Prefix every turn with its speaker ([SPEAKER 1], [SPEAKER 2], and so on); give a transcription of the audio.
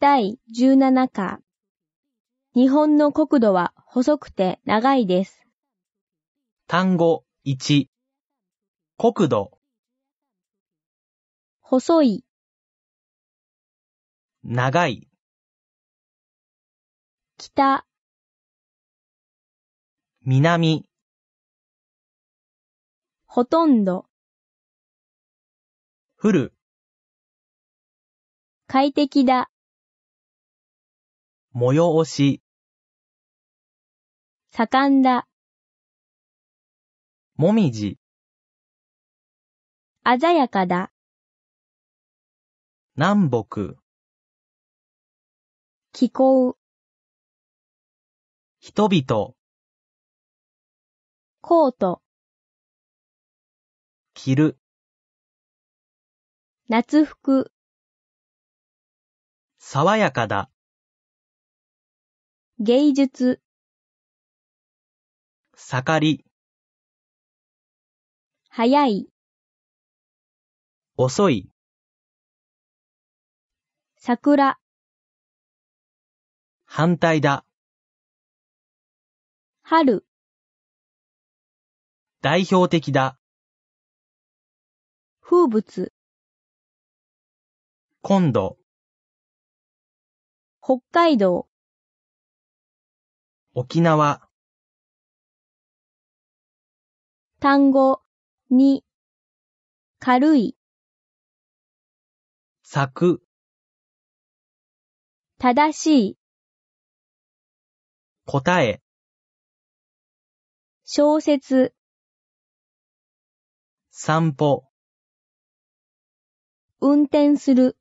[SPEAKER 1] 第17課。日本の国土は細くて長いです。
[SPEAKER 2] 単語1、国土、
[SPEAKER 1] 細い、
[SPEAKER 2] 長い、
[SPEAKER 1] 北、
[SPEAKER 2] 南、
[SPEAKER 1] ほとんど、
[SPEAKER 2] 降る、
[SPEAKER 1] 快適だ、
[SPEAKER 2] 催し、
[SPEAKER 1] 盛んだ、
[SPEAKER 2] もみじ、
[SPEAKER 1] 鮮やかだ、
[SPEAKER 2] 南北、
[SPEAKER 1] 気候、
[SPEAKER 2] 人々、
[SPEAKER 1] コート、
[SPEAKER 2] 着る、
[SPEAKER 1] 夏服、
[SPEAKER 2] 爽やかだ、
[SPEAKER 1] 芸術、
[SPEAKER 2] 盛り、
[SPEAKER 1] 早い、
[SPEAKER 2] 遅い、
[SPEAKER 1] 桜、
[SPEAKER 2] 反対だ、
[SPEAKER 1] 春、
[SPEAKER 2] 代表的だ、
[SPEAKER 1] 風物、
[SPEAKER 2] 今度、
[SPEAKER 1] 北海道、
[SPEAKER 2] 沖縄、
[SPEAKER 1] 単語、に、軽い、
[SPEAKER 2] 咲く、
[SPEAKER 1] 正しい、
[SPEAKER 2] 答え、
[SPEAKER 1] 小説、
[SPEAKER 2] 散歩、
[SPEAKER 1] 運転する、